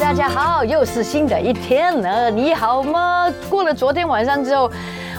大家好，又是新的一天了，你好吗？过了昨天晚上之后，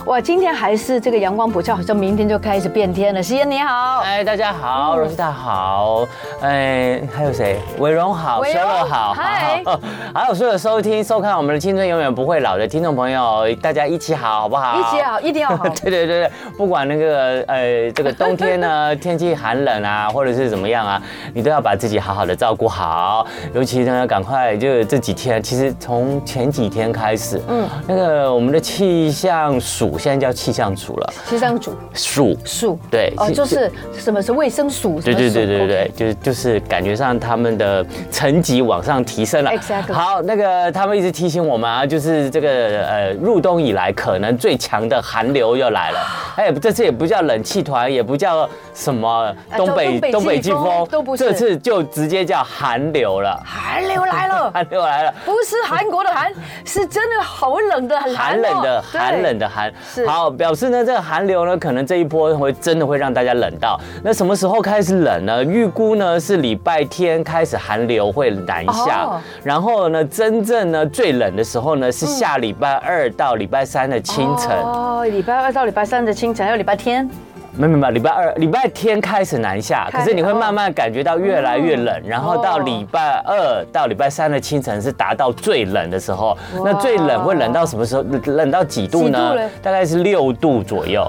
哇，今天还是这个阳光普照，好像明天就开始变天了。西恩你好，哎，大家好，罗西大好，哎，还有谁？伟荣好伟荣，Cheryl 好，嗨好，好还有所有收听收看我们的《青春永远不会老》的听众朋友，大家一起好，好不好？。一起。啊好，一定要好对对对对，不管那个呃，这个冬天呢，天气寒冷啊，或者是怎么样啊，你都要把自己好好的照顾好。尤其呢，赶快就这几天，其实从前几天开始，嗯，那个我们的气象署现在叫气象署了，西藏组署数 对哦，是就是什么是卫生署？对对对什么署对对，就是就是感觉上他们的层级往上提升了。 Exactly 好，那个他们一直提醒我们啊，就是这个呃入冬以来可能最强的寒流 又来了。哎，这次也不叫冷气团，也不叫什么啊东东北北东北季季风风，都不是这次就直接叫寒流了。寒流来了， 寒流来了。不是韩国的寒，是真的好冷的，很哦寒冷的寒冷的。的寒是，好表示呢，这个寒流呢，可能这一波会真的会让大家冷到。那什么时候开始冷呢？预估呢是礼拜天开始寒流会南下，哦嗯然后呢，真正呢最冷的时候呢是下礼拜二到礼拜三的清晨，哦，礼拜二到礼拜三的清晨，还有礼拜天，没有没有没有，礼拜二礼拜天开始南下，开哦可是你会慢慢感觉到越来越冷，然后到礼拜二到礼拜三的清晨是达到最冷的时候。那最冷会冷到什么时候？冷到几度几度呢嘞？大概是六度左右。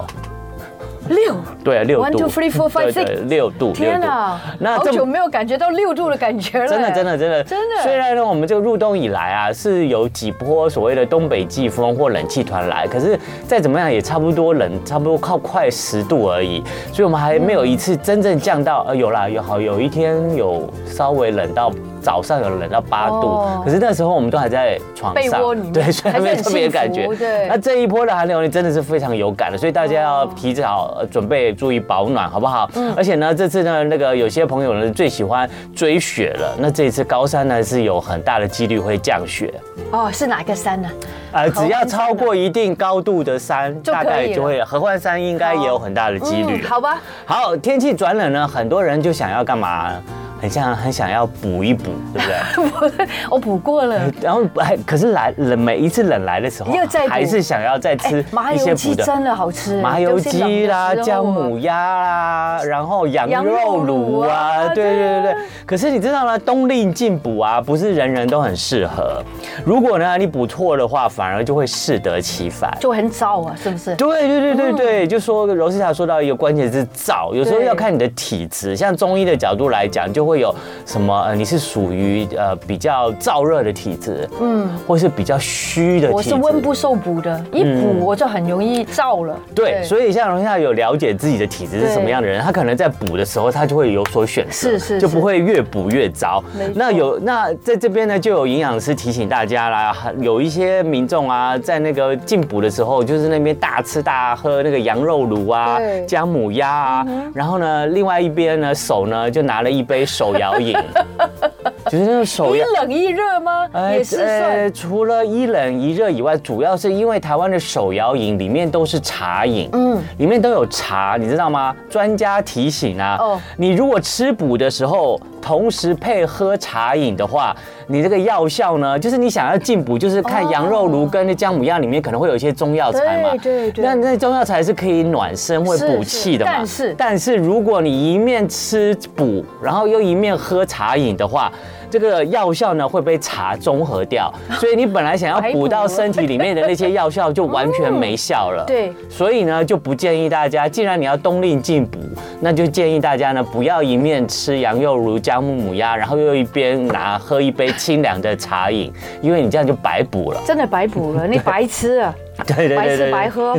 六对，六 One, 度。 two, three, four, five, 对对 six 六度。天啊啊！，那好这久没有感觉到六度的感觉了。真的，真的，真的，真的虽然呢，我们这个入冬以来啊，是有几波所谓的东北季风或冷气团来，可是再怎么样也差不多冷，差不多靠快十度而已，所以我们还没有一次真正降到，呃，有啦，有好有一天有稍微冷到。早上有冷到八度，哦可是那时候我们都还在床上，被窝里面对，所以还没有特别的感觉还是很幸福。对那这一波的寒流，你真的是非常有感的，所以大家要提早呃准备，注意保暖，好不好？而且呢，这次呢，那个有些朋友呢最喜欢追雪了，那这一次高山呢是有很大的几率会降雪，哦，是哪个山呢？呃，合欢只要超过一定高度的山，就可以大了概就会合欢山应该也有很大的几率。嗯好吧，嗯 好，天气转冷呢，很多人就想要干嘛？很像很想要补一补，对不对？我补过了。然后哎，可是来冷每一次冷来的时候又再，补还是想要再吃哎麻一些油鸡补的。真的好吃，麻油鸡啦、尤其冷的时候啊姜母鸭啦，然后羊肉炉羊肉炉啊，啊对对对对对。可是你知道吗？冬令进补啊，不是人人都很适合。如果呢你补错的话，反而就会适得其反。就很燥啊，是不是？对对对对对，就说柔思达说到一个关键字燥，有时候哦对要看你的体质。像中医的角度来讲，就会有什么呃，你是属于呃比较燥热的体质，嗯，或是比较虚的体质。我是温不受补的，一补我就很容易燥了。嗯对，所以像荣夏有了解自己的体质是什么样的人，他可能在补的时候，他就会有所选择，是是就是不会越补越糟没错。那有那在这边呢，就有营养师提醒大家啦，有一些民众啊，在那个进补的时候，就是那边大吃大喝那个羊肉炉啊对、嗯姜母鸭啊，然后呢，另外一边呢，手呢就拿了一杯手摇 饮，就是那个手一摇。冷一热吗？也是算呃除了一冷一热以外，主要是因为台湾的手摇饮里面都是茶饮，嗯，里面都有茶，你知道吗？专家提醒啊，哦你如果吃补的时候，同时配喝茶饮的话，你这个药效呢，就是你想要进补，就是哦看羊肉炉跟那姜母鸭里面可能会有一些中药材嘛，对对对那那中药材是可以暖身会是补是气的嘛，但是但是如果你一面吃补，然后又一面喝茶饮的话，这个药效呢会被茶中和 掉，所以你本来想要白补补了到身体里面的那些药效就完全没效了。对所以呢就不建议大家，既然你要冬令进补，那就建议大家呢不要一面吃羊肉炉、姜母母鸭，然后又一边拿喝一杯清凉的茶饮，因为你这样就白补了。真的白补 了，你白吃啊，对对对白对吃对白喝。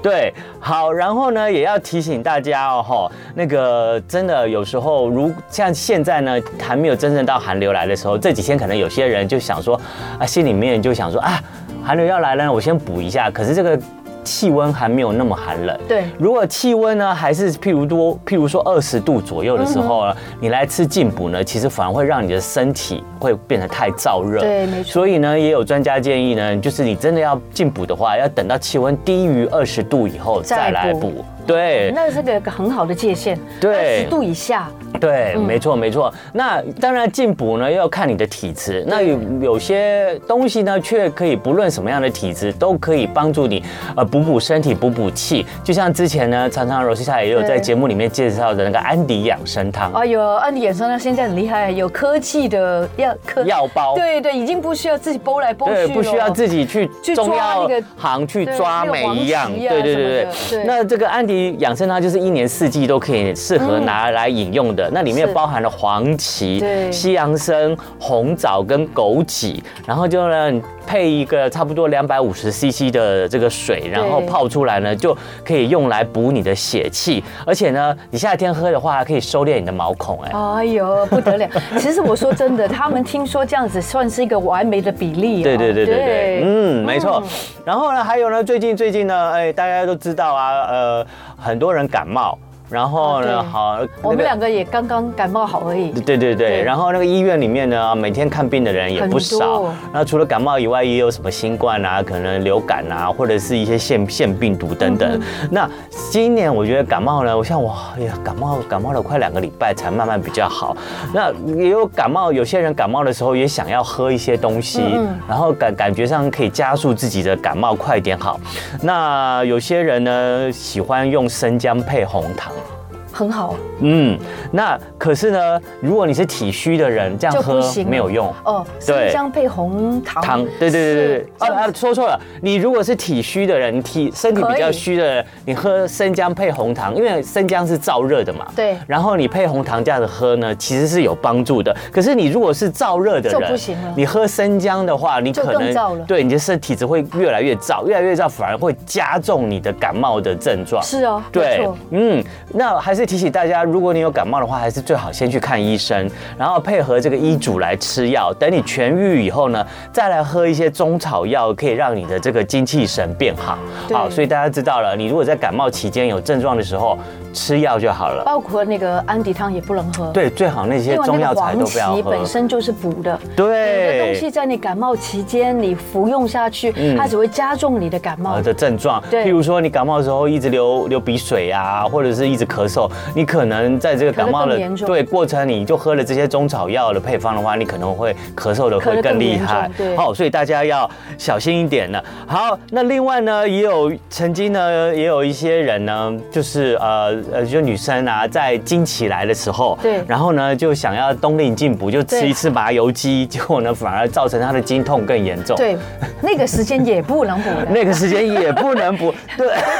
对，好，然后呢，也要提醒大家哦，吼，那个真的有时候如像现在呢，还没有真正到寒流来的时候，这几天可能有些人就想说，啊，心里面就想说啊，寒流要来了，我先补一下，可是这个。气温还没有那么寒冷，对如果气温呢还是譬如多，譬如说二十度左右的时嗯候呢，你来吃进补呢，其实反而会让你的身体会变得太燥热。对没错所以呢，也有专家建议呢，就是你真的要进补的话，要等到气温低于二十度以后再来补。对那是个很好的界限，对十度以下，对，没嗯错没错。那当然进补呢，要看你的体质。那有有些东西呢，却可以不论什么样的体质，都可以帮助你呃补补身体、补补气。就像之前呢，常常罗西莎也有在对节目里面介绍的那个安迪养生汤哎呦，按你眼神呢，现在很厉害，有科技的药科，药包，对对，已经不需要自己剥来剥去对，了，不需要自己去去抓中药那个行去对抓那个每黄一样，芪啊对对什么对的对对。那这个安迪养生汤就是一年四季都可以适合拿来饮用的，那里面嗯是包含了黄芪对、西洋参、红枣跟枸杞，然后就呢你配一个差不多两百五十 CC 的这个水，然后对泡出来呢就可以用来补你的血气，而且呢你夏天喝的话还可以收敛你的毛孔，哎， 哎呦，不得了！其实我说真的，他们听说这样子算是一个完美的比例、啊。对对对对对，嗯，没错。然后呢，还有呢，最近最近呢，哎，大家都知道啊，呃，很多人感冒，然后呢，啊对好，我们那个两个也刚刚感冒好而已。对对对，对然后那个医院里面呢，每天看病的人也不很少多。那除了感冒以外，也有什么新冠啊，可能流感啊，或者是一些腺腺病毒等嗯等。那今年我觉得感冒呢，我像我哎呀，感冒感冒了快两个礼拜才慢慢比较好。那也有感冒，有些人感冒的时候也想要喝一些东西，嗯然后感感觉上可以加速自己的感冒快一点好。那有些人呢喜欢用生姜配红糖。很好嗯，那可是呢，如果你是体虚的人，这样就喝不行了没有用。哦，对生姜配红糖。糖，对对对对对，是啊啊，说错了，你如果是体虚的人，体身体比较虚的人，你喝生姜配红糖，因为生姜是燥热的嘛。对然后你配红糖这样子喝呢，其实是有帮助的。可是你如果是燥热的就人，不行了你喝生姜的话，你就可更能燥了对你的身体只会越来越燥，越来越燥反而会加重你的感冒的症状。是哦，没啊对错，嗯，那还是提醒大家，如果你有感冒的话，还是最好先去看医生，然后配合这个医嘱来吃药。等你痊愈以后呢，再来喝一些中草药，可以让你的这个精气神变好。对好，所以大家知道了，你如果在感冒期间有症状的时候，吃药就好了。包括那个安迪汤也不能喝。。对，最好那些因为中那药个材黄都不要芪喝本。身就是补的，有的东对西。在你感冒期间你服用下去，嗯它只会加重你的感冒呃。的症状，对譬如说你感冒的时候一直流流鼻水啊，或者是一直咳嗽，你可能在这个感冒可能的更严重对过程，你就喝了这些中草药的配方的话，你可能会咳嗽的咳会得更更厉严重害。对好，所以大家要小心一点呢。好，那另外呢，也有曾经呢，也有一些人呢，就是呃呃，就女生啊，在经期来的时候，对然后呢就想要冬令进补，就吃对一次麻油鸡，结果呢反而造成她的经痛更严重。对，那个时间也不能补的， 那个时间也不 能补，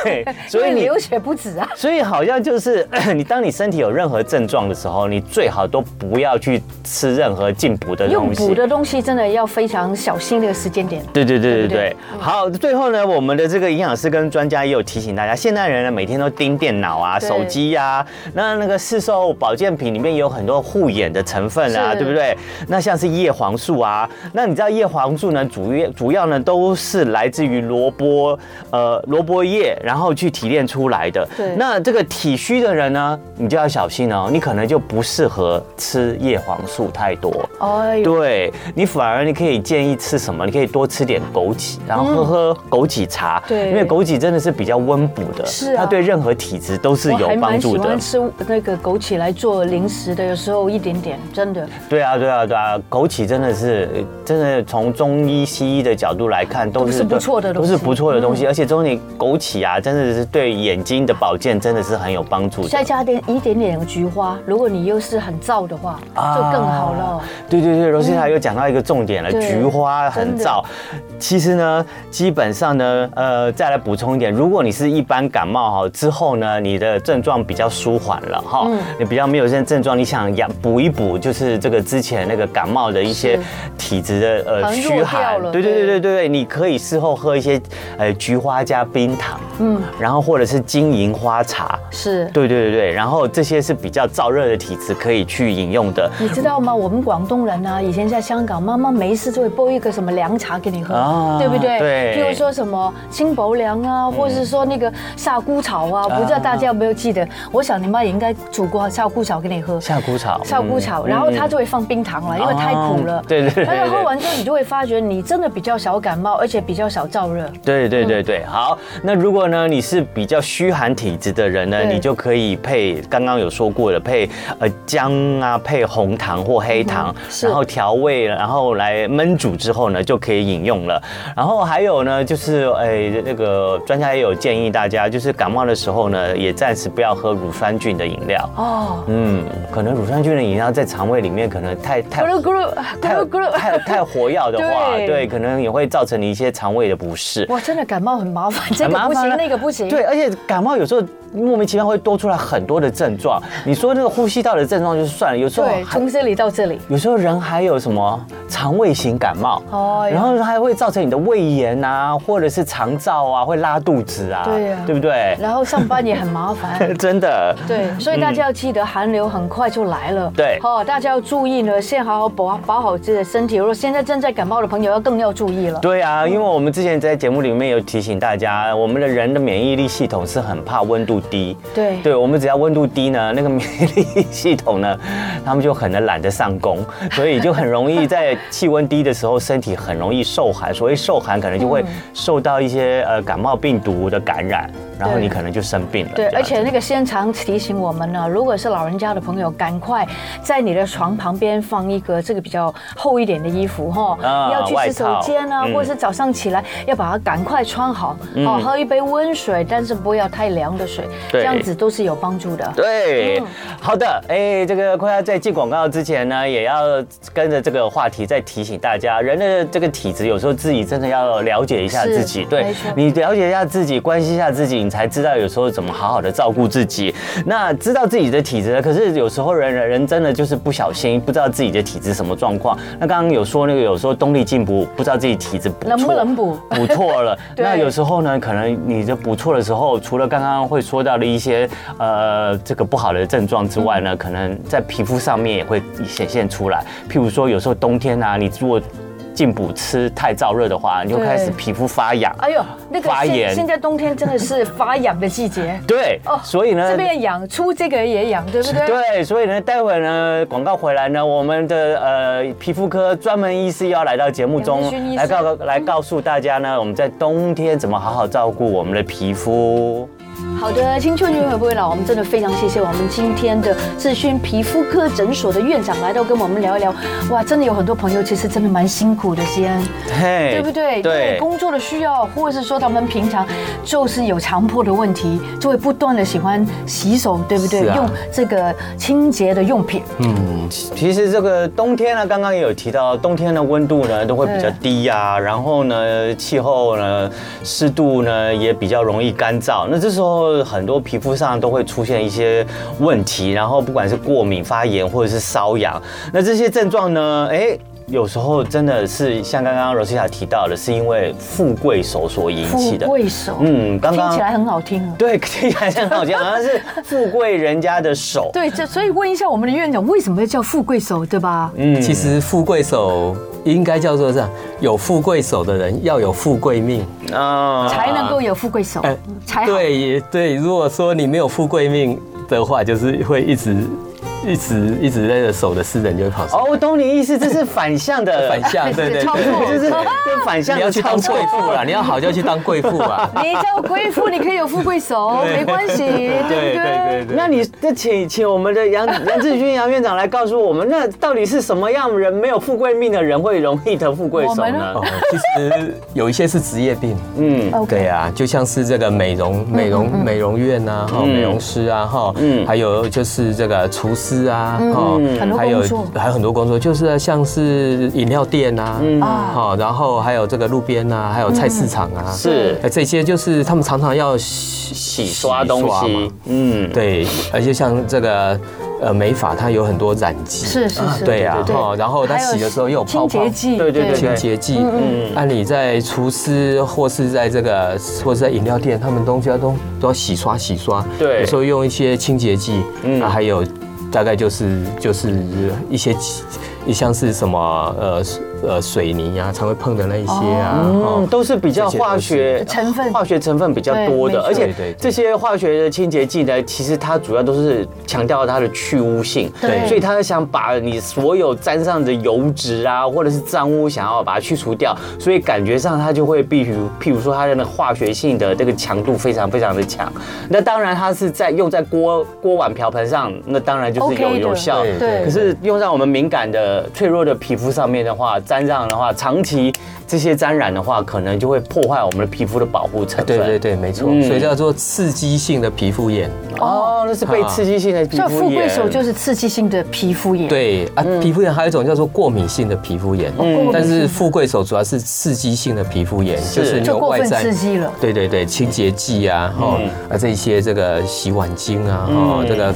对，所以因为你流。血不止啊。所以好像就是 你，当你身体有任何症状的时候，你最好都不要去吃任何进补的用东西。补的东西真的要非常小心那个时间点。对对对对嗯对不对对，好，最后呢，我们的这个营养师跟专家也有提醒大家，现代人呢每天都盯电脑啊、对手机啊，那那个市售保健品里面也有很多护眼的成分啊，是对不对？那像是叶黄素啊，那你知道叶黄素呢，主要主要呢都是来自于萝卜呃萝卜叶，然后去提炼出来的。对那这个体虚的人呢，你就要小心哦，你可能就不适合吃叶黄素太多。哎呦，对你反而你可以建议吃什么？你可以多吃点枸杞，然后喝喝枸杞茶，嗯对因为枸杞真的是比较温补的，是啊它对任何体质都是我有还帮蛮助喜的欢。吃那个枸杞来做零食的，有时候一点点，真的。对啊，对啊，对啊，枸杞真的是，呃真的从中医、西医的角度来看，都都是不错的都东西嗯是不错的东西，而且中医枸杞啊，真的是对眼睛的保健真的是很有帮助的。再加点一点点菊花，如果你又是很燥的话，就更好了啊。对对对，罗西塔又讲到一个重点了，对菊花很燥。其实呢，基本上呢，呃，再来补充一点，如果你是一般感冒哈之后呢，你的症状比较舒缓了哈，你比较没有这些症状，你想养补一补，就是这个之前那个感冒的一些是体质的呃好像弱虚寒掉，了对对对对对对对，你可以事后喝一些呃菊花加冰糖，嗯，然后或者是金银花茶，是，对对对对对，然后这些是比较燥热的体质可以去饮用的。你知道吗？我们广东人呢、啊以前在香港，妈妈没事就会煲一个什么凉茶给你喝，啊对不对？对嗯譬如说什么清薄凉啊，或是说那个夏菇草啊，不知道大家有没有记得？我想你妈也应该煮过夏菇草给你喝。夏枯草，夏菇草，然后它就会放冰糖了，因为太苦了嗯哦。对对对对但是喝完之后，你就会发觉你真的比较少感冒，而且比较少燥热。对对对嗯对，好。那如果呢你是比较虚寒体质的人呢，对你就可以配刚刚有说过的配呃姜啊，配红糖或黑糖，嗯是然后调味，然后来焖煮之后呢就可以饮用了。然后还有呢就是诶、那个专家也有建议大家，就是感冒的时候呢也暂时不要喝乳酸菌的饮料。哦，嗯，可能乳酸菌的饮料在肠胃里面可能太太咕噜咕噜咕太噜咕噜。太太活药的 话，对对，可能也会造成你一些肠胃的不适。哇，真的感冒很麻烦，这很个麻不烦行，了那个不行。对，而且感冒有时候莫名其妙会多出来很多的症 状。你说这个呼吸道的症状就算了，有时候对，还从这里到这里。有时候人还有什么肠胃型感冒，哦然后还会造成你的胃炎啊，或者是肠燥啊，会拉肚子啊，对啊对不对？ 然后上班也很麻烦。真的，对，所以大家要记得，寒流很快就来了。嗯对哦，大家要注意呢，先好好保保好自己的身体。如果现在正在感冒的朋友，要更要注意了。对啊，因为我们之前在节目里面有提醒大家，我们的人的免疫力系统是很怕温度低。对对，我们只要温度低呢，那个免疫力系统呢，他们就很能懒得上 攻，所以就很容易在气温低的时候，身体很容易受寒。所谓受寒，可能就会嗯受到一些呃感冒病毒的感染，然后对你可能就生病了。对，这样而子且那个现场提醒我们呢，如果是老人家的朋友，赶快在你的床旁边放一个这个比较厚一点的衣服哈，啊要去洗手间啊外，套嗯嗯或者是早上起来要把它赶快穿好，哦，喝一杯温水，但是不要太凉的水，对这样子都是有帮助的。嗯对，好的，哎，这个快要在进广告之前呢，也要跟着这个话题再提醒大家，人的这个体质有时候自己真的要了解一下是自己，对没错你了解一下自己，关心一下自己，你才知道有时候怎么好好的照顾自己。那知道自己的体质了，可是有时候人人人真的就是不小心，不知道自己的体质什么状况。那刚刚有说那个有时候动力进补，不知道自己体质不错能不能补补错了。 对那有时候呢，可能你的补错的时候，除了刚刚会说到的一些呃这个不好的症状之嗯外呢，可能在皮肤上面也会显现出来。譬如说，有时候冬天啊，你如果进补吃太燥热的话，你就对开始皮肤发痒。哎呦，那个发现炎现在冬天真的是发痒的季节。哦对，所以呢这，边也痒，出这个也痒，对不对？对，所以呢，待会儿呢，广告回来呢，我们的呃皮肤科专门医师要来到节目杨中立勋医师来告来告诉大家呢，我们在冬天怎么好好照顾我们的皮肤。好的，青春永远不会老，我们真的非常谢谢我们今天的志勋皮肤科诊所的院长来到跟我们聊一聊。哇，真的有很多朋友其实真的蛮辛苦的，西安，嘿，对不对？因为哎对，工作的需要，或者是说他们平常就是有强迫的问题，就会不断的喜欢洗手，对不对？是啊用这个清洁的用品。嗯，其实这个冬天呢，刚刚也有提到，冬天的温度呢都会比较低呀、然后呢气候呢湿度呢也比较容易干燥，那这时候很多皮肤上都会出现一些问题，然后不管是过敏、发炎或者是瘙痒，那这些症状呢，哎。有时候真的是像刚刚 Rosita 提到的，是因为富贵手所引富起的。贵手，嗯，刚听刚起来很好听哦。对，听起来像好像好像是富贵人家的手。对，这所以问一下我们的院长，为什么要叫富贵手，对吧？嗯其实富贵手应该叫做这样，有富贵手的人要有富贵命。哦啊才能够有富贵手哎，嗯才好。对也对，如果说你没有富贵命的话，就是会一直一直一直那个手的湿疹就会跑出来。哦，我懂你意思，这是反向的， 反 向，对对超对，过就是这反向你要的去操当作贵妇啦，你要好就要去当贵妇啊。你叫贵妇，你可以有富贵手，没关系， 对不对？那你这请请我们的杨杨志军杨院长来告诉我们，那到底是什么样人没有富贵命的人会容易得富贵手我们呢呢？哦，其实有一些是职业病，嗯， OK 嗯对啊，就像是这个嗯美容、美容、美容院呐，哈，美容师啊，哈，嗯还有就是这个厨师啊，哦嗯很多工作还有还有很多工作，就是像是饮料店啊，啊嗯好，然后还有这个路边啊，还有菜市场啊，是哎，这些就是他们常常要洗洗刷东洗刷西嘛，嗯，对，而且像这个呃美发，它有很多染剂，是是是，对啊对哦然后它还有洗的时候又有泡泡清洁剂，对对对清洁剂。嗯，按理在厨师或是在这个或是在饮料店，他们东西都都要洗刷洗刷，对有时候用一些清洁剂，嗯嗯，还有大概就是就是一些像是什么呃呃水泥啊，常会碰的那一些啊，嗯，哦，都是比较化这些都学是成分化学成分比较多的，对而且没错这些化学的清洁剂呢，其实它主要都是强调它的去污性，对所以它想把你所有沾上的油脂啊，或者是脏污，想要把它去除掉，所以感觉上它就会必须，譬如说它的那个化学性的这个强度非常非常的强。那当然它是在用在锅锅碗瓢盆上，那当然就是 OK 有的有效，对对可是用在我们敏感的、脆弱的皮肤上面的话，沾上的话，长期这些沾染的话，可能就会破坏我们的皮肤的保护成分。对对对，没错，嗯所以叫做刺激性的皮肤炎。哦，那是被刺激性的皮所以肤富贵炎。手就是刺激性的皮肤炎，，对啊，皮肤炎还有一种叫做过敏性的皮肤炎，敏但是富贵手主要是刺激性的皮肤炎，就是你就有过外分在刺激了。对对对，清洁剂啊，哈、啊这一些这个洗碗精啊，哈、这个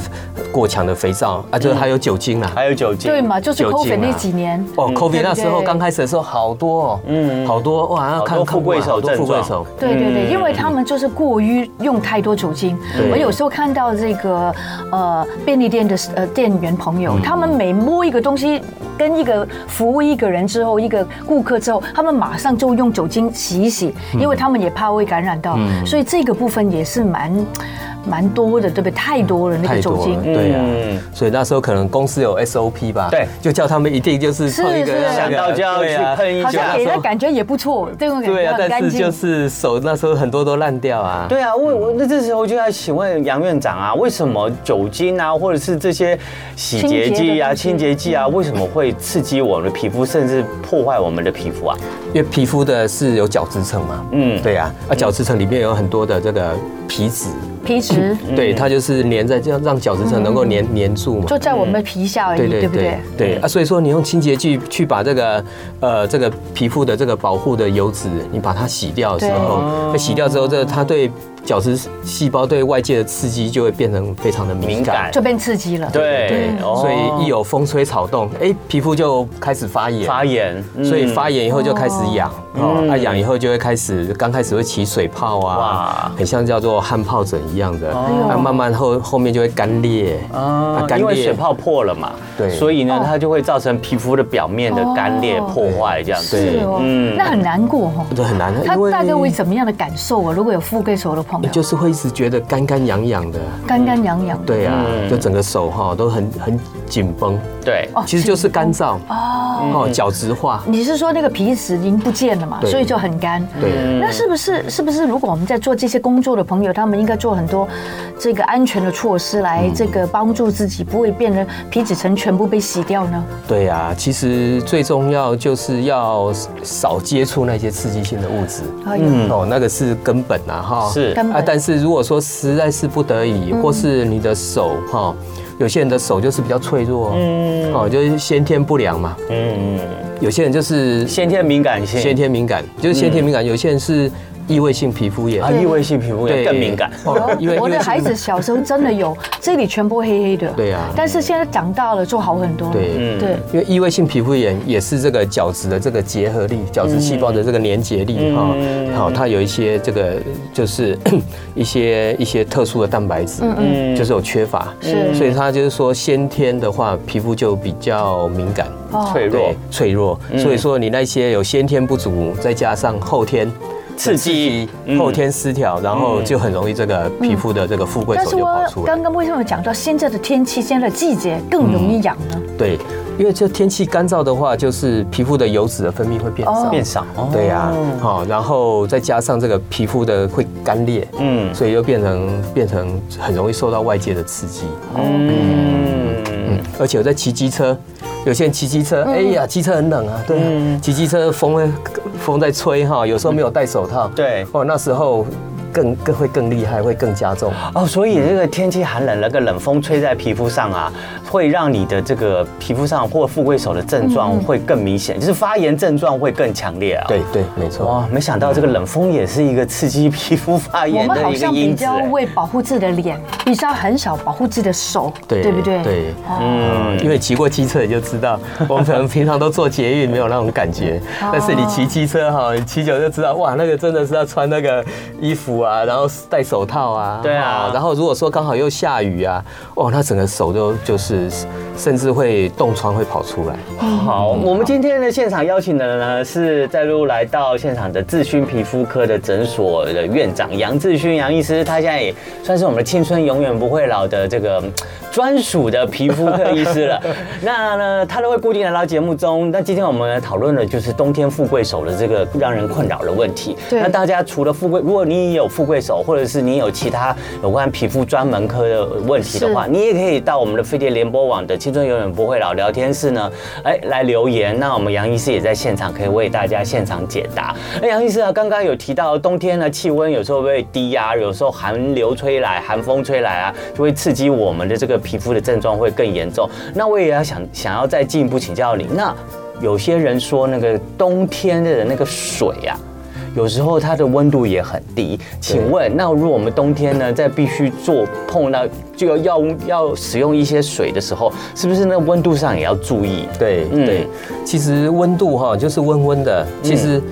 过强的肥皂啊，就是还有酒精啦、还有酒精。对嘛，就是酒 COVID 精啊那几年，哦，COVID 那时对候对刚开始的时候好多哦，嗯嗯，好多哇，多看看富贵手好多富贵症状手，对对对，因为他们就是过于用太多酒精。嗯对我有时候看到这个呃便利店的呃店员朋友，嗯他们每摸一个东西，跟一个服务一个人之后，一个顾客之后，他们马上就用酒精洗一洗，嗯因为他们也怕会感染到，所以这个部分也是蛮蛮多的，对不对？太多了那太个酒多了，精。对呀、嗯所以那时候可能公司有 SOP 吧，对就叫他们一定就是是碰一个是那个想到就要对啊去喷一下好像给人感觉也不错，这种感对觉啊，很但干是就净。是手那时候很多都烂掉啊，对啊，我我那这时候就要请问杨院长啊，为什么酒精啊，或者是这些洗洁剂啊、清清洁剂啊，为什么会刺激我们的皮肤，甚至破坏我们的皮肤啊？因为皮肤的是有角质层嘛，嗯嗯，对呀、啊，角质层里面有很多的这个皮脂，皮脂对，它就是粘在，这样让角质层能够粘粘住嘛。嗯就在我们的皮下而已，对不对？嗯对啊，所以说你用清洁剂去把这个呃这个皮肤的这个保护的油脂，你把它洗掉的时候，那洗掉之后，这个它对角质细胞对外界的刺激就会变成非常的敏敏感。感。就变刺激了。对对，哦所以一有风吹草动，哎，皮肤就开始发炎，发炎，嗯所以发炎以后就开始痒，哦，它痒以后就会开始，刚开始会起水泡哇啊，很像叫做汗疱疹一样的，呦那慢慢后后面就会干裂，啊啊，干因为裂水泡破了嘛，对所以呢，它就会造成皮肤的表面的干裂哦破坏这样子。嗯是哦，嗯那很难过哦。这很难，他因为大概会怎么样的感受啊？如果有富贵手的朋友，就是会一直觉得干干痒痒的，干干痒痒。对啊嗯，就整个手哈都很很紧绷，对，哦其实就是干燥哦，哦，角质化，你是说那个皮脂已经不见了嘛，对所以就很干。对，那是不是是不是如果我们在做这些工作的朋友，他们应该做很多这个安全的措施来嗯这个帮助自己不会变得皮脂层全部被洗掉呢？对啊，其实最重要就是要少接触那些刺激性的物质。哎呦，哦，那个是根本啊，哈，嗯是根啊本。嗯但是如果说实在是不得已，或是你的手哈，有些人的手就是比较脆弱，嗯，哦，就是先天不良嘛，嗯，有些人就是先天嗯敏感性，先天敏感，就是先天敏感，有些人是异位性皮肤炎啊，，异位性皮肤也更敏感。哦 因为我的孩因为子小时候真的有，这里全部黑黑的。对啊但是现在长大了就好很多了。对嗯对，因为异位性皮肤炎也是这个角质的这个结合力，角质细胞的这个粘结力哈嗯，好，它有一些这个就是 一些一些特殊的蛋白质，嗯，就是有缺乏，是所以它就是说先天的话，皮肤就比较敏感。哦脆弱嗯对，脆弱，所以说你那些有先天不足，再加上后天刺激嗯后天失调，然后就很容易这个皮肤的这个富贵但手是就我跑嗯出来刚。刚为什么讲到现在的天气、现在的季节更容易痒呢？对，因为就天气干燥的话，就是皮肤的油脂的分泌会变哦少，变少哦对呀、好，然后再加上这个皮肤的会干裂，嗯嗯，所以就变成变成很容易受到外界的刺激，嗯，而且我在骑机车，有些人骑机车，哎呀，机车很冷啊，对啊，骑机车风会风在吹哈，有时候没有戴手套，对哦，那时候更更会更厉害，会更加重。哦，所以这个天气寒冷，那个冷风吹在皮肤上啊，会让你的这个皮肤上或富贵手的症状嗯会更明显，就是发炎症状会更强烈啊。对对，没错。哇，没想到这个冷风也是一个刺激皮肤发嗯我炎们的好一个像比因子较欸。为保护自己的脸，比较很少保护自己的手，对不对？对哦，嗯，因为骑过机车你就知 道，我们可能平常都坐捷运没有那种感觉，哦但是你骑机车哈，你骑久就知道，哇，那个真的是要穿那个衣服啊，然后戴手套啊，对啊哦然后如果说刚好又下雨啊，哦，那整个手都就是甚至会冻疮会跑出来。好，我们今天的现场邀请的呢是再度来到现场的志勋皮肤科的诊所的院长杨志勋杨医师，他现在也算是我们的青春永远不会老的这个嗯专属的皮肤科医师了。那呢，他都会固定来到节目中。那今天我们来讨论的就是冬天富贵手的这个让人困扰的问题。对那大家除了富贵，如果你也有富贵手，或者是你有其他有关皮肤专门科的问题的话，是你也可以到我们的飞碟联播网的“青春永远不会老”聊天室呢，哎，来留言。那我们杨医师也在现场，可以为大家现场解答。那杨医师啊，刚刚有提到冬天呢，气温有时候会低啊，有时候寒流吹来、寒风吹来啊，就会刺激我们的这个皮肤的症状会更严重。那我也要想想要再进一步请教你，那有些人说那个冬天的那个水啊。有时候它的温度也很低，请问，那如果我们冬天呢，在必须做碰到就要要要使用一些水的时候，是不是那温度上也要注意？对嗯对，其实温度哈就是温温的，其实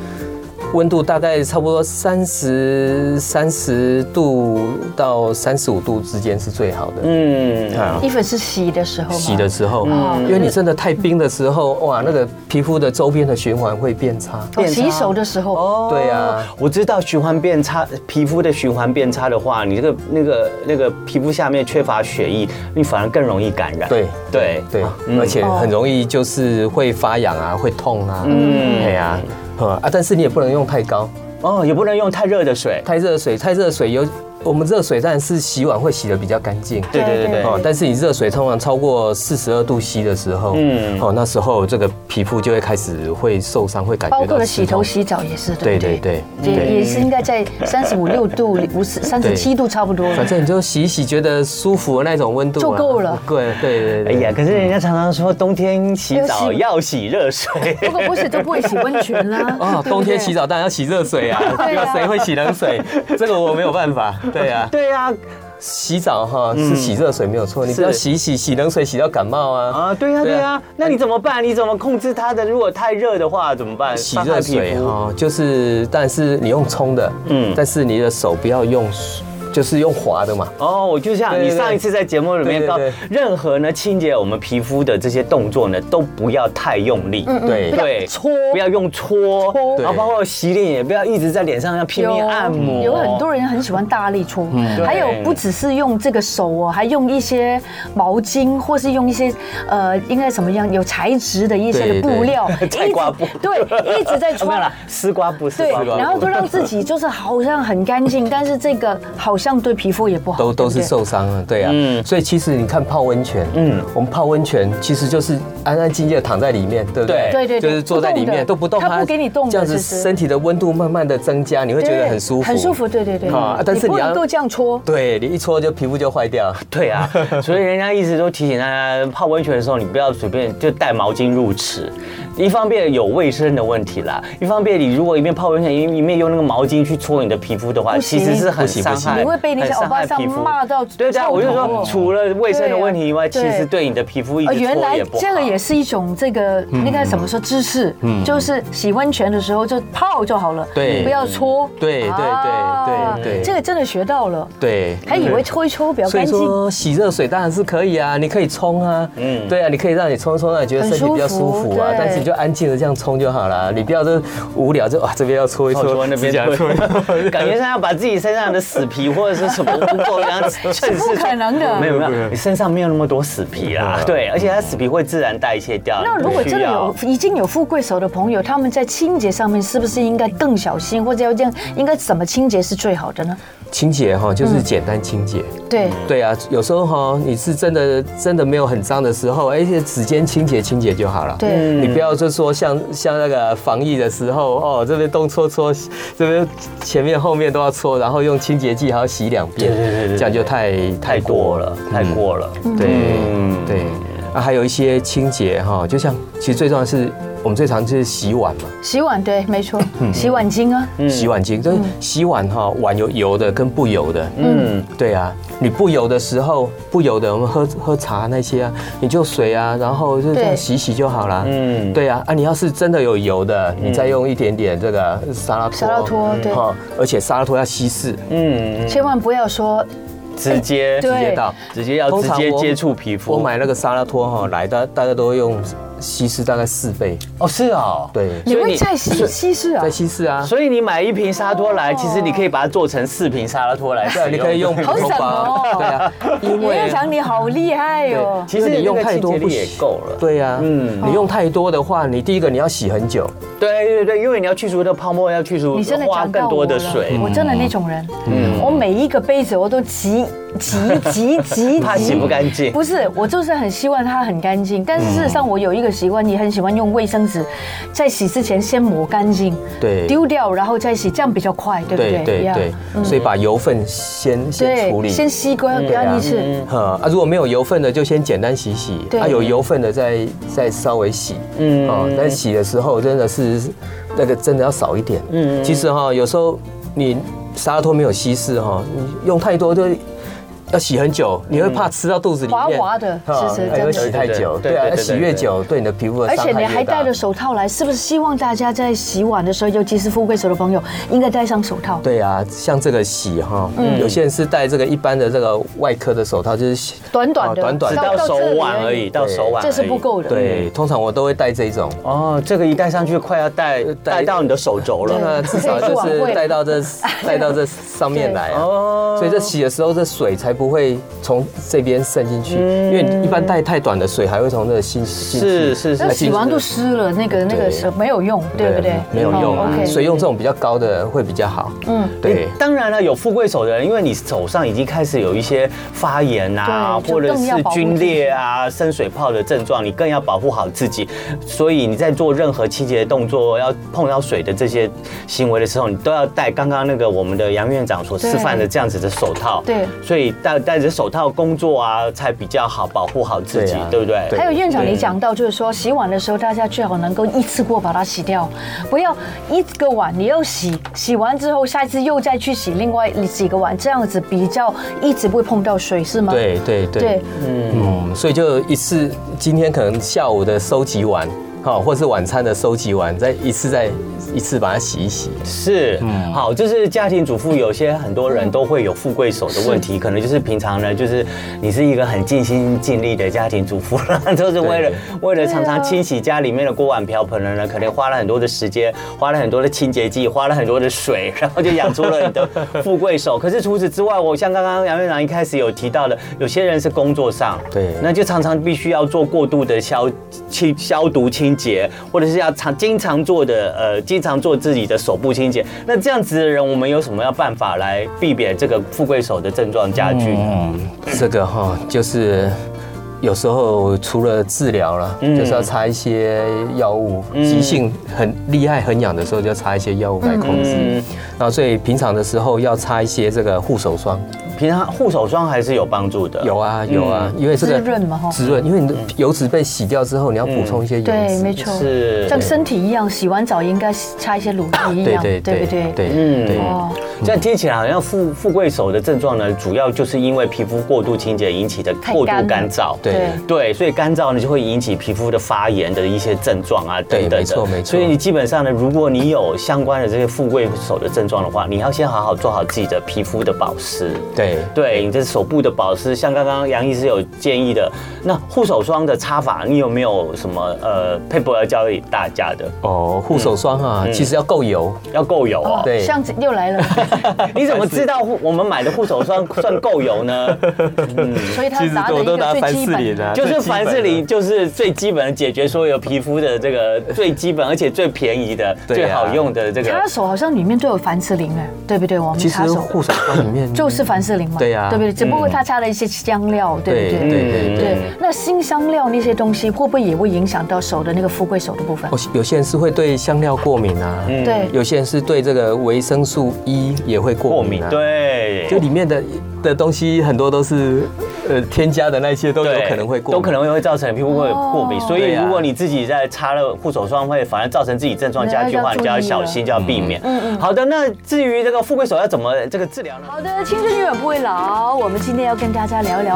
温度大概差不多三十三十度到三十五度之间是最好的。嗯，啊，衣服是洗的时候吗？洗的时候，嗯因为你真的太冰的时候，哇，那个皮肤的周边的循环会变差。哦，变差洗手的时候。哦对啊，我知道循环变差，皮肤的循环变差的话，你这个那个那个皮肤下面缺乏血液，你反而更容易感染。对对对啊，嗯而且哦很容易就是会发痒啊，会痛啊，嗯哎呀，呵啊，但是你也不能用太高，哦，也不能用太热的水。太热水，太热水有我们热水当然是洗碗会洗的比较干净，对对对对哦，但是你热水通常超过四十二度 C 的时候，嗯嗯，哦，那时候这个皮肤就会开始会受伤，会感觉到包括了洗头、刺洗澡也是，对不对对也对也是应该在三十五六度、五十三十七度差不多痛。。反正你就洗一洗，觉得舒服的那种温度啊就够了对对对哎对，呀，可是人家常常说冬天洗要澡洗要洗热 水。如果不洗就不会洗温泉啊啦。哦，冬天洗澡澡当然要洗热水啊， 对啊谁会洗冷 水？这个我没有办法。对啊，对啊，洗澡哈是洗热水没有错，你不要嗯是洗一洗洗冷水洗到感冒啊。啊，对呀、对对啊呀、那你怎么办？你怎么控制它的？如果太热的话怎么办？洗伤害热皮水肤哈，就是但是你用冲的，嗯嗯，但是你的手不要用，就是用滑的嘛。哦，我就像对对你对上一次在节目里面对对告对，任何呢清洁我们皮肤的这些动作呢，都不要太用力，嗯对对，搓不要用搓，搓然后对包括洗脸也不要一直在脸上要拼命按摩，嗯有很多人很喜欢大力搓，对还有不只是用这个手哦，还用一些毛巾，或是用一些呃，应该怎么样有材质的一些的对对布料，一直菜瓜布对，一直 在哦没有穿。啦，丝瓜布，丝对瓜布，，然后就让自己就是好像很干净，但是这个好像对皮肤也不好，都都对是不对受伤了，对啊，嗯所以其实你看泡温泉，嗯嗯，我们泡温泉其实就是安安静静的躺在里面，对不对？对对对就是坐在里面不动的都不动，啊它不给你动的这样子其实身体的温度慢慢的增加，你会觉得对很舒服，很舒服，对对对。啊但是不你要能够这样搓，对你一搓就皮肤就坏掉，对啊， 所以人家一直都提醒大家，泡温泉的时候你不要随便就带毛巾入池，一方面有卫生的问题啦，一方面你如果一面泡温泉一一面用那个毛巾去搓你的皮肤的话，不其行实是很不行不伤行害，你会被那些很欧伤巴害桑皮肤骂到对对啊，臭头我就说哦除了卫生的问题以外，其对啊实对你的皮肤一直呃，搓也原不好。来这个也是一种这个那个怎么说姿势，就是洗温泉的时候就泡就好了，对不要搓。对对对啊对对这个真的学到了，对。还以为搓一搓比较所以干净。说洗热水当然是可以啊，你可以冲啊，嗯嗯，对啊，你可以让你冲一冲，让你觉得身体比很较舒舒服服啊对，但是你就安静的这样冲就好了，你不要这无聊就啊这边要搓一我搓 说，那边 指甲搓一搓感觉上要把自己身上的死皮或者是什 么污垢，然后趁不势可能的没有没不有，可能啊你身上没有那么多死皮啦。对，而且它死皮会自然代谢掉。那你如不果需真的要有已经有富贵手的朋友，他们在清洁上面是不是应该更小心，或者要这样，应该怎么清洁是最好的呢？清洁嗯哈，就是简单清洁。对，对啊，有时候哈，你是真的真的没有很脏的时候，而且指尖清洁清洁就好了。对嗯你不要就说像像那个防疫的时候哦，这边东搓搓，这边前面后面都要搓，然后用清洁剂还要洗两遍，对对对对这样就太太过了，太过了。对嗯对。啊，还有一些清洁哈，就像其实最重要的是我们最常就是洗碗嘛，洗碗对，没错，洗碗巾啊，嗯洗碗巾，就是洗碗哈，碗有油的跟不油的，嗯，对啊，你不油的时候，不油的我们喝喝茶那些啊，你就水啊，然后就这对样洗洗就好啦。嗯嗯，对啊，啊，你要是真的有油的，你再用一点点这个沙拉托，沙拉托对哦，而且沙拉托要稀释，嗯，千万不要说直接对接到直接要直接接触皮肤。我买那个沙拉托哈来，大大家都用稀释大概四倍，哦，是哦，对你所以会你再稀稀释啊再，稀释啊。所以你买一瓶沙托来，哦其实你可以把它做成四瓶沙拉托来使对啊，用。你可以用普好通省哦包，对啊，因袁院长你好厉害哦，其实那你用太多那个清洁不力也行够了。对啊，嗯嗯，你用太多的话，你第一个你要洗很久，对对对，因为你要去除的泡沫，要去除你真的花讲更到多我的了水，，嗯我真的那种人，我每一个杯子我都挤挤 挤挤， 怕洗不干净。不是，我就是很希望它很干净，但是事实嗯上我有一个习惯，也很喜欢用卫生纸，在洗之前先抹干净，对丢掉然后再洗，这样比较快，对不对对？对 Yeah 对，所以把油分先先处对，理，先吸干干一嗯次，哈啊啊，如果没有油分的，就先简单洗洗；对啊，有油分的再再稍微洗。嗯嗯，哦，但洗的时候真的是那个真的要少一点。嗯，其实哈，有时候你沙拉托没有稀释哈，你用太多就要洗很久，你会怕吃到肚子里面滑嗯滑的哈其实哎真的会洗太久，对对对啊，对对对洗越久对你的皮肤的而伤害且越大。你还戴着手套来，是不是希望大家在洗碗的时候，尤其是富贵手的朋友，应该戴上手套？对啊，像这个洗哈，嗯有些人是戴这个一般的这个外科的手套，就是洗短短的哦短短只的到到手这里腕而而已已，到手腕，这是不。够的。，对，通常我都会戴这一种。哦，这个一戴上去快要戴戴到你的手肘对了。那呃至少就可以去晚会是带到这带到这上面来啊，哦所以这洗的时候，这水才不会从这边渗进去，因为一般带太短的水还会从这个心进去。是是那是，洗完就湿了，那个那个是没有用，对不对？没有用哦啊， ，OK 所以用这种比较高的会比较好。嗯，对。当然了，有富贵手的人，因为你手上已经开始有一些发炎啊，对就或者更要是保护皲裂啊、深水泡的症状，你更要保护好自己。所以你在做任何清洁动作，要碰到水的这些行为的时候，你都要戴刚刚那个我们的杨院长所示范的这样子的手套。对啊所以戴戴着手套工作啊，才比较好保护好自己对啊，对不对？还有院长，你讲到就是说，洗碗的时候大家最好能够一次过把它洗掉，不要一个碗你要洗，洗完之后下一次又再去洗另外几个碗，这样子比较一直不会碰到水，是吗？对对对对，嗯，所以就一次，今天可能下午的收集完，好，或是晚餐的收集完，再一次再一次把它洗一洗。是，好，就是家庭主妇，有些很多人都会有富贵手的问题，可能就是平常呢，就是你是一个很尽心尽力的家庭主妇啦， 就是为了为了常常清洗家里面的锅碗瓢盆了呢，可能花了很多的时间，花了很多的清洁剂，花了很多的水，然后就养出了你的富贵手。可是除此之外，我像刚刚杨院长一开始有提到的，有些人是工作上，对那就常常必须要做过度的消清消毒清洁，或者是要常经常做的呃，经常做自己的手部清洁。那这样子的人，我们有什么样办法来避免这个富贵手的症状加剧？嗯这个哈，就是有时候除了治疗了，嗯就是要擦一些药物，急性很厉害、很痒的时候就要擦一些药物来控制。嗯然后所以平常的时候要擦一些这个护手霜，平常护手霜还是有帮助的。有啊有啊，嗯因为这个滋润嘛吼滋润，因为你的油脂被洗掉之后，你要补充一些油对，脂。没错，是像身体一样，洗完澡应该擦一些乳液一对样，对对对不对？对对，嗯对哦，这样听起来好像富富贵手的症状呢，主要就是因为皮肤过度清洁引起的太过度干了干燥。对对对，所以干燥呢就会引起皮肤的发炎的一些症状啊，对等等的。没错没错所以你基本上呢，如果你有相关的这些富贵手的症状的话，你要先好好做好自己的皮肤的保湿。对对你这手部的保湿，像刚刚杨医师有建议的，那护手霜的擦法，你有没有什么呃配博要教给大家的？哦，护手霜啊，嗯其实要够油，嗯要够油哦。对像又来 了， 你怎么知道护我们买的护手霜算够油 呢？嗯所以他拿了一个最基本啊的，就是凡士林，就是最基本的解决所有皮肤的这 个最基本，而且最便宜的、对啊最好用的这他个的。手好像里面都有凡士林哎，对不对？我们其实擦手护手霜里面就是凡士林嘛，对呀对不对？只不过他擦了一些香料，对对不对对？对对。嗯对，那新香料那些东西会不会也会影响到手的那个富贵手的部分哦？，有些人是会对香料过敏啊，嗯对有些人是对这个维生素 E 也会过过敏敏啊。，对，就里面的的东西很多都是呃添加的那些都有对可能会过都敏，可能会造成皮肤会有过敏，哦所以对啊如果你自己在擦了护手霜，会反而造成自己症状加剧的话，那要嗯你就要注意小了心，就要避免。好的，那至于这个富贵手要怎么这个治疗呢？好的，青春永远不会老。我们今天要跟大家聊一聊，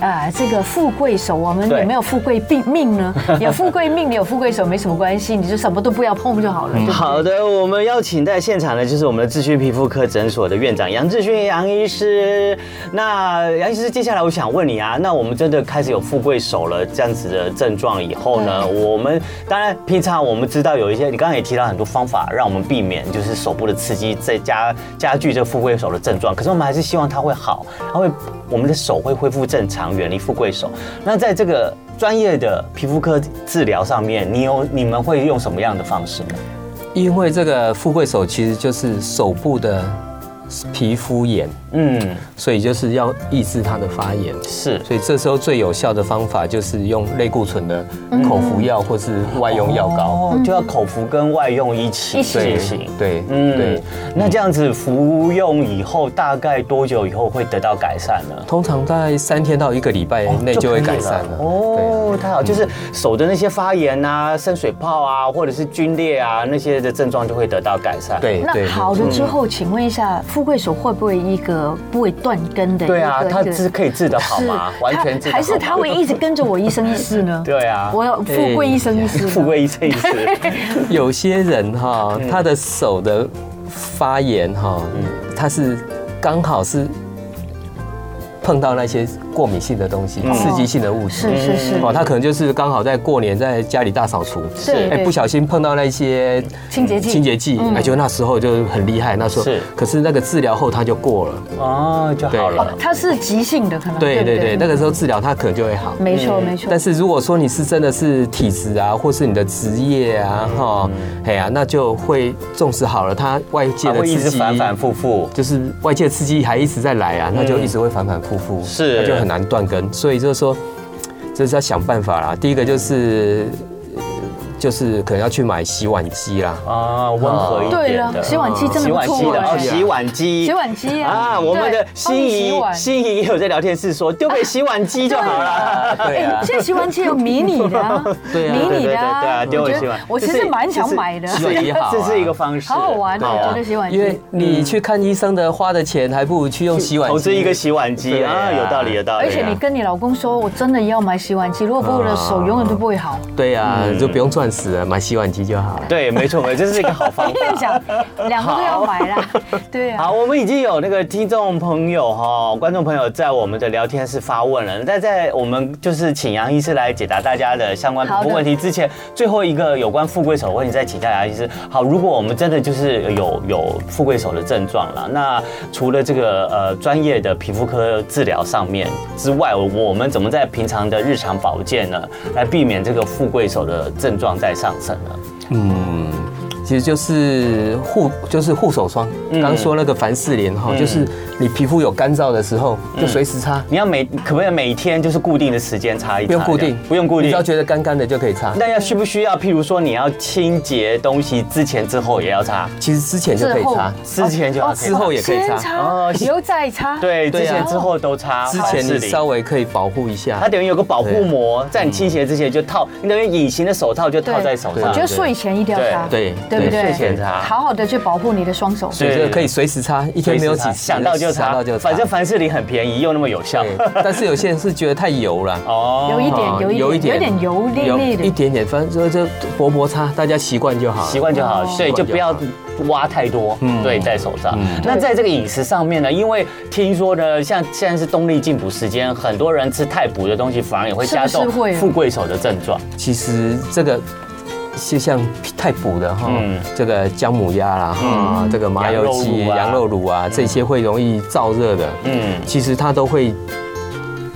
啊、这个富贵手，我们对有没有富贵 病命呢？有富贵命，你有富贵手没什么关系，你就什么都不要碰就好 了。对不对好的，我们邀请在现场的就是我们的智勋皮肤科诊所的院长杨志勋杨医师。那杨医师，接下来我想问你啊，那我们真的开始有富贵手了这样子的症状以后呢，我们当然平常我们知道有一些，你刚刚也提到很多方法，让我们避免就是手部的刺激，再加加剧这富贵手的症状。可是我们还是希望它会好，它会我们的手会恢复正常，远离富贵手。那在这个专业的皮肤科治疗上面，你有你们会用什么样的方式呢？因为这个富贵手其实就是手部的皮肤炎，嗯，所以就是要抑制它的发炎。是所以这时候最有效的方法就是用类固醇的口服药或是外用药膏。哦，就要口服跟外用一起一起进行。对，嗯，对。那这样子服用以后，大概多久以后会得到改善呢？通常在三天到一个礼拜内就会改善了。哦，哦，太好，就是手的那些发炎啊、生水泡啊，或者是皲裂啊那些的症状就会得到改善。，对对那对，嗯好了之后，请问一下，富贵手会不会一个不会断根的一个？对啊，它一个治可以治得好吗？是完全治得好吗？还是他会一直跟着我一生一世呢 对啊哎我有富贵一生一世呢。富贵一生一世。 有些人哈，他的手的发炎哈，他是刚好是碰到那些过敏性的东西、刺激性的物质。是是是，哦，他可能就是刚好在过年在家里大扫除，对哎，对不小心碰到那些清洁剂嗯清洁剂，哎，就那时候就很厉害，那时候是可是那个治疗后他就过了，啊哦，就好哦了。它是急性的，可能对不对对，那个时候治疗他可能就会好。没嗯错没错。但是如果说你是真的是体质啊，或是你的职业啊，嗯哈，哎呀，那就会纵使好了，它外界还的会一刺直激，反反复复。就是外界刺激还一直在来啊，那就一直会反反复复，是那就很难断根。所以就是说，这是要想办法啦。第一个就是就是可能要去买洗碗机 啦，啊，温和一对点的了，洗碗机真的洗不碗机错的哎哦，洗碗机，洗碗机啊，啊我们的对心帮你洗仪碗心仪也有在聊天室说，丢给洗碗机就好了。对哎，啊，现在洗碗机有迷你的啊，对啊迷你的 对啊啊，，丢我给觉洗得碗。我其这实是蛮想买的这。是洗碗机好啊这是一个方式，好好玩哦对啊我觉得洗碗机因为你去看医生的花的钱，还不如去用洗碗嗯机投资一个洗碗机对啊啊，有道理，有道理。而且你跟你老公说，我真的要买洗碗机，如果不，我的 手永远都不会好。对啊，嗯就不用钻石了，买洗碗机就好了。对，没错，没错，这是一个好方我法。 跟你讲，两个都要买啦。对啊。好，我们已经有那个听众朋友哈、观众朋友在我们的聊天室发问了。那在我们就是请杨医师来解答大家的相关皮好肤的问题之前，最后一个有关富贵手的问题再请教杨医师。好，如果我们真的就是有有富贵手的症状了，那除了这个呃专业的皮肤科治疗上面之外，我我们怎么在平常的日常保健呢，来避免这个富贵手的症状在上升呢？嗯，其实就是护，就是护手霜。刚刚说那个凡士林哈，就是你皮肤有干燥的时候，就随时擦，你要每可不可以每天就是固定的时间擦一擦？不用固定，不用固定，你只要觉得干干的就可以擦。那要需不需要？譬如说，你要清洁东西之前、之后也要擦，其实之前就可以擦，之前就哦要之后也可以擦先哦擦，以后再擦。对，对之啊前之后都擦。啊之前凡士你林稍微啊可以保护一它下。等于有个保护膜，在你清洁之前就套，你等于隐形的手套就套在手对，我上觉。得睡前一定要擦，啊对对对对不对？睡前擦好好的去保护你的双手。是所以这个可以随时擦，一天没有几次，想到就想擦到就，擦反正凡士林很便宜又那么有效对。但是有些人是觉得太油了。哦有一点哦有一点有点油有腻腻的一点点，反正就就薄薄擦，大家习惯就好。习惯就好，哦所以就不要挖太多，嗯对，在手上。嗯那在这个饮食上面呢，因为听说呢，像现在是冬令进补时间，很多人吃太补的东西，反而也会加是重不是会啊富贵手的症状。其实这个就像太补的哈嗯，这个姜母鸭啦哈，这个麻油羊鸡、肉卤啊羊肉卤啊，这些会容易燥热的，嗯其实它都会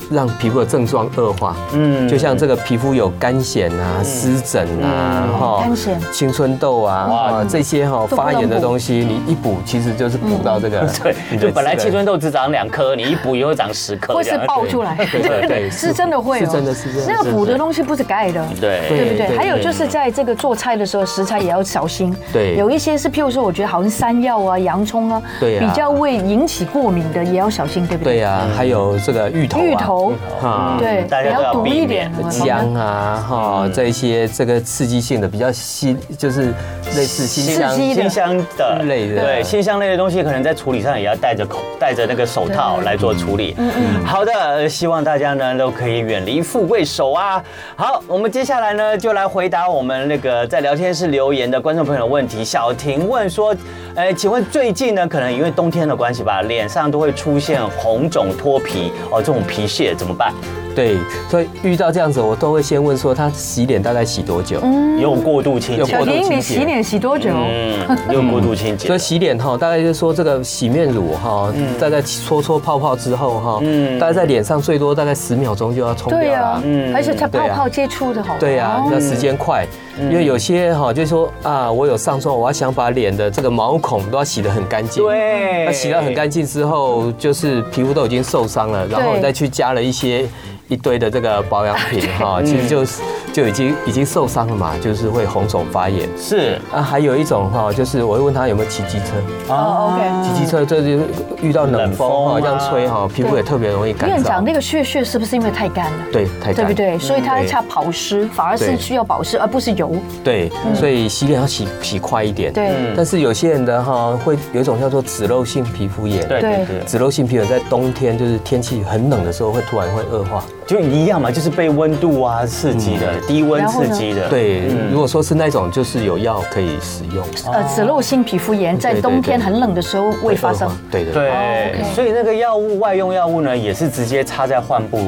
让皮肤的症状恶化。嗯就像这个皮肤有干癣啊、湿疹啊、嗯哈干癣青春痘哇啊啊这些都哈不能发炎的补东西，你一补其实就是补到这个，嗯 对，就本来青春痘只长两颗，你一补以后长十颗，会是这样爆出来，对对 对是真的会哦，是真的是真的那个补的东西不是盖的，对，对对不对？对还有就是在这个做菜的时候，食材也要小心。对有一些是，譬如说，我觉得好像山药啊、洋葱啊，对啊比较会引起过敏的，也要小心，对不对啊对？嗯呀，还有这个芋头啊，芋头，哈对，大也家都要要毒避一点嗯免。我姜啊，嗯哈，这一些这个刺激性的比较辛，就是类似辛香刺激的新香的类的对新香类的东西，可能在处理上也要戴着口戴着那个手套对来做处理。嗯嗯，好的，呃希望大家呢都可以远离富贵手啊。好，我们接下来呢就来回答我们那个在聊天室留言的观众朋友的问题。小婷问说，呃，请问最近呢，可能因为冬天的关系吧，脸上都会出现红肿脱皮哦，这种皮屑怎么办？对，所以遇到这样子，我都会先问说他洗脸大概洗多久？嗯有过度清有洁小过，度婷，清洁你洗脸洗多久？嗯，有过度清洁所以。洗脸哈，大概就是说这个洗面乳哈，嗯大概搓搓泡泡之后哈，嗯大概在脸上最多大概十秒钟就要冲掉对呀了。，嗯而且它对泡啊泡接触的好。对呀哦，嗯那时间快，因为有些哈就是说啊，我有上妆，我要想把脸的这个毛孔都要洗得很干净。对，那洗到很干净之后，就是皮肤都已经受伤了，然后对再去加了一些一堆的这个保养 品哈，其实就是就已经已经受伤了嘛，就是会红肿发炎。是啊，还有一种哈，就是我会问他有没有骑机车，哦骑，OK。机车这就是遇到冷风哈，冷风啊这样吹哈，皮肤也特别容易干院长，燥。那个血血是不是因为太干了？对，太对干不嗯对？所以它对擦保湿，反而是对需要保湿，而不是油。对，所以洗脸要洗洗快一点。嗯对嗯但是有些人的哈，会有一种叫做脂漏性皮肤炎。对对对对，脂漏性皮肤炎在冬天就是天气很冷的时候，会突然会恶化。就一样嘛，就是被温度啊刺激的，低温然后刺呢激的。对，嗯如果说是那种就是有药可以使用，呃，脂漏性皮肤炎在对对冬天对很冷的时候会发生。对对哦对对， OK 所以那个药物外用药物呢，也是直接插在患部。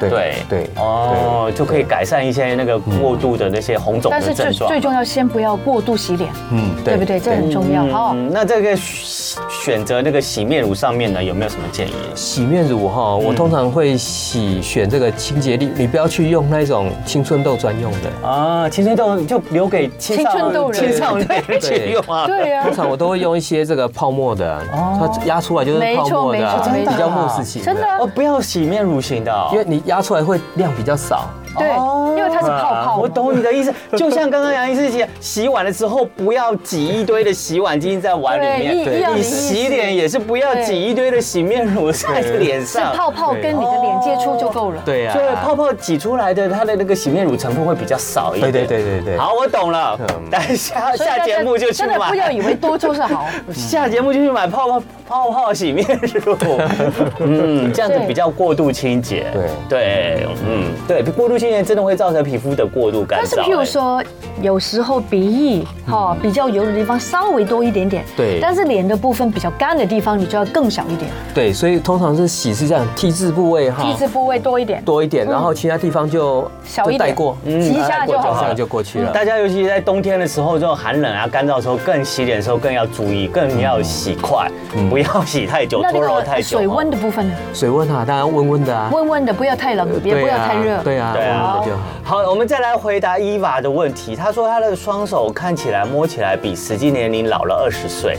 对对哦，就可以改善一些那个过度的那些红肿嗯但是的最症状最。重要，先不要过度洗脸，嗯，对不对？这很重要哦。嗯，那这个选选择那个洗面乳上面呢，有没有什么建议？洗面乳哈，我通常会洗选这个清洁力，你不要去用那种青春痘专用嗯的。啊，青春痘就留给青青春痘人青少年去用啊。对呀 通，常我都会用一些这个泡沫的，它压出来就是泡沫的啊，没错没错比较慕斯型的真的，啊哦，不要洗面乳型的哦，因为你压出来会量比较少。对哦，因为它是泡泡嘛。我懂你 的意思，就像刚刚杨医师讲，洗碗的时候不要挤一堆的洗碗巾在碗里面，对一一样的你意思洗脸也是不要对挤一堆的洗面乳在脸是上。泡泡跟你的脸接触就够了。对呀，所以泡泡挤出来的，它的那个洗面乳成分会比较少一点。对对对对对好，我懂了嗯。等一下所以大下家节目就去真的不要以买， 为多就是好，下节目就去买泡泡泡泡洗面 乳。嗯，这样子对比较过度清洁。对对，嗯，对，过度清洁真的会造成皮肤的过度干燥。但是譬如哎说，有时候鼻翼嗯哈比较油的地方稍微多一点点，对但是脸的部分比较干的地方，你就要更少一点，对，所以通常是洗是这样，T 字部位哈一字部位多一点，多一点，然后其他地方就嗯小一就点带过，嗯挤一下就好这了样就过去了。大家尤其在冬天的时候，这种寒冷啊、干燥的时候，更洗脸的时候更要注意，更要洗快，不要洗太久，那搓揉那太啊个久。水温的部分呢？水温啊，当然温温的啊，温温的，不要太冷，也不要太热。对啊，对温啊温的就好。好，我们再来回答伊娃的问题。她说她的双手看起来、摸起来比实际年龄老了二 十岁。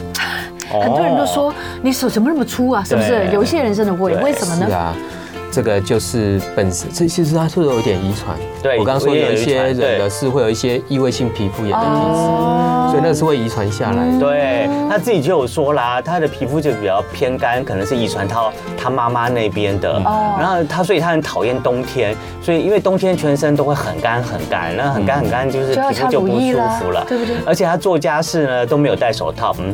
哦很多人都说你手怎么那么粗啊？是不是对？有一些人真的会，对为什么是呢？啊，这个就是本身，这其实它是有一点遗传。对我刚刚说也有有一遗些传人对的是会有一些异位性皮肤炎的体哦嗯质，所以那是会遗传下来的。对他自己就有说啦，他的皮肤就比较偏干，可能是遗传到他妈妈那边的。哦然后他所以他很讨厌冬天，所以因为冬天全身都会很干很干，那很干很干就是就要皮肤擦就乳不液舒啦服了，对不 对而且他做家事呢都没有戴手套，嗯，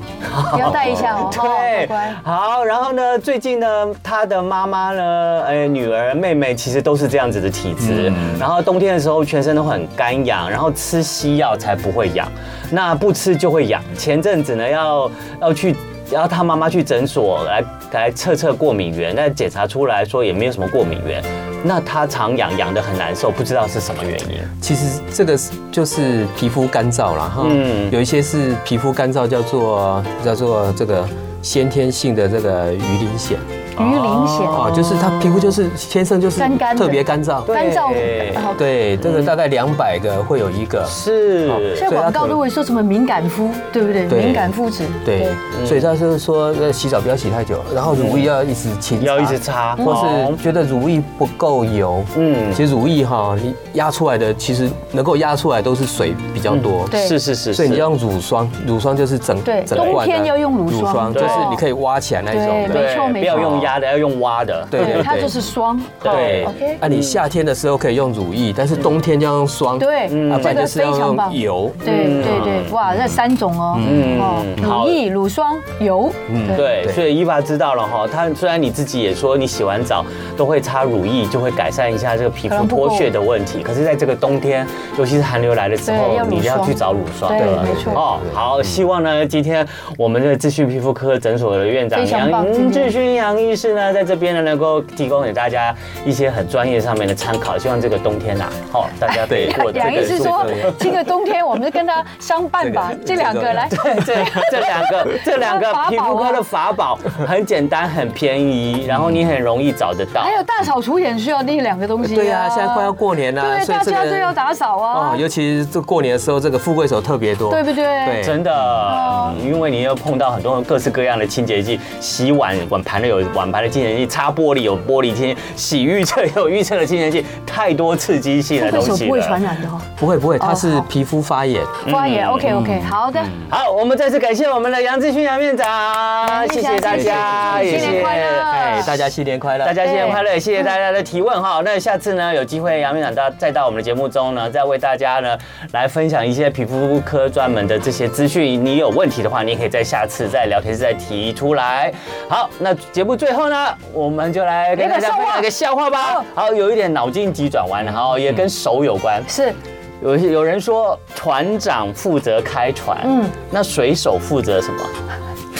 要带一下哦，好乖对乖，。好，然后呢，最近呢，他的妈妈呢，哎，女儿、妹妹其实都是这样子的体质，然后冬天的时候全身都很干痒，然后吃西药才不会痒，那不吃就会痒。前阵子呢，要要去。要他妈妈去诊所来来测测过敏源，但检查出来说也没有什么过敏源。那他常痒，痒得很难受，不知道是什么原因。其实这个是就是皮肤干燥啦，哈，嗯有一些是皮肤干燥，叫做叫做这个先天性的这个鱼鳞癣鱼鳞癣，哦啊，就是它皮肤就是天生就是哦干干的特别干燥，干燥对，哦对，嗯这个大概两百个会有一个，是好现在广告都会说什么敏感肤，对不对？对敏感肤质，对，嗯所以他就是说，呃，洗澡不要洗太久，然后乳液要一直勤要一直擦或哦是觉得乳液不够油。嗯，其实乳液哈，你压出来的其实能够压出来都是水比较多，对是是是，嗯所以你是要用乳霜，乳霜就是整对整罐的冬天要用乳霜就对是你可以挖起来那一种对的。没错没不要错用压的，要用挖的。对对它对就是霜，对好，OK，啊，你夏天的时候可以用乳液，但是冬天就要用霜。对啊，这不然就个是非要常棒用。油。对对对，哇，这三种哦，嗯哦，好乳液、乳霜、油，对， 对，嗯对所以伊娃知道了哈。她虽然你自己也说你洗完澡都会擦乳液，就会改善一下这个皮可肤能不够脱屑的问题。可是，在这个冬天，尤其是寒流来的时对候要，乳你一定要霜去找乳霜对的。没错哦，嗯好，希望呢，今天我们的秩序皮肤科诊所的院长非常棒今天志勋杨医师呢，在这边呢能够提供给大家一些很专业上面的参考。希望这个冬天呐，哦，大家可以过得杨医师这个说这个，这个冬天我们就跟他相伴吧这这，个两个来，对，这这两 个这两法个宝啊皮肤科的法宝很简单，很便宜，然后你很容易找得到。还有大扫除也需要那两个东西，对啊，现在快要，过年了，对，所以大这家个都要打扫哦啊，，尤其是这过年的时候，这个富贵手特别多。对不对？对真的，哦嗯因为你又碰到很多各式各样的清洁剂，洗碗碗盘的有碗盘的清洁剂，擦玻璃有玻璃清洁，洗浴厕有浴厕的清洁剂，太多刺激性的会东手西不会 传了。染的哦，不会不会，它好是皮肤发炎。花也 OK 嗯 OK，好的，好，我们再次感谢我们的杨志勋杨哎院长，谢谢大家，新年快乐，哎，大家新年快乐！大家新年对快乐！谢谢大家的提问哈。那下次呢，有机会杨院长到再到我们的节目中呢，再为大家呢来分享一些皮肤科专门的这些资讯。你有问题的话，你也可以在下次在聊天室再提出来。好，那节目最后呢，我们就来跟大家分享一个笑话吧。好，有一点脑筋急转弯，然后也跟手有关。是有有人说船长负责开船，嗯嗯，那水手负责什么？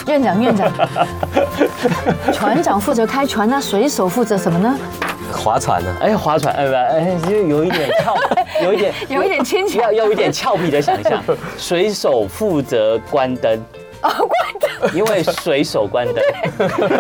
院长院 长，船长负责开船，那水手负责什么呢？划船呢？哎，划船，哎不，哎，就有一点靠，有一点，有一点牵强要要有一点俏皮的想象。水手负责关灯，哦关灯，因为水手关灯。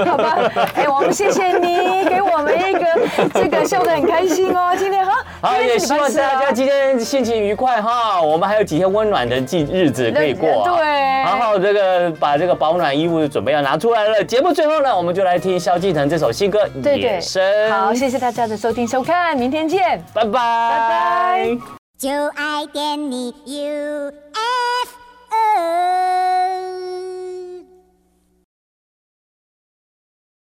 好吧， 哎，我们谢谢你给我们一个这个笑得很开心哦，今天哈，好，今也天是希礼拜望四啊大家今天心情愉快哈。我们还有几天温暖的季日子可以过啊。对然后这个把这个保暖衣物准备要拿出来了。节目最后呢，我们就来听萧敬腾这首新歌《对野对生》。好，，谢谢大家的收听收看，明天见。拜拜，拜拜。就爱点你 UFO。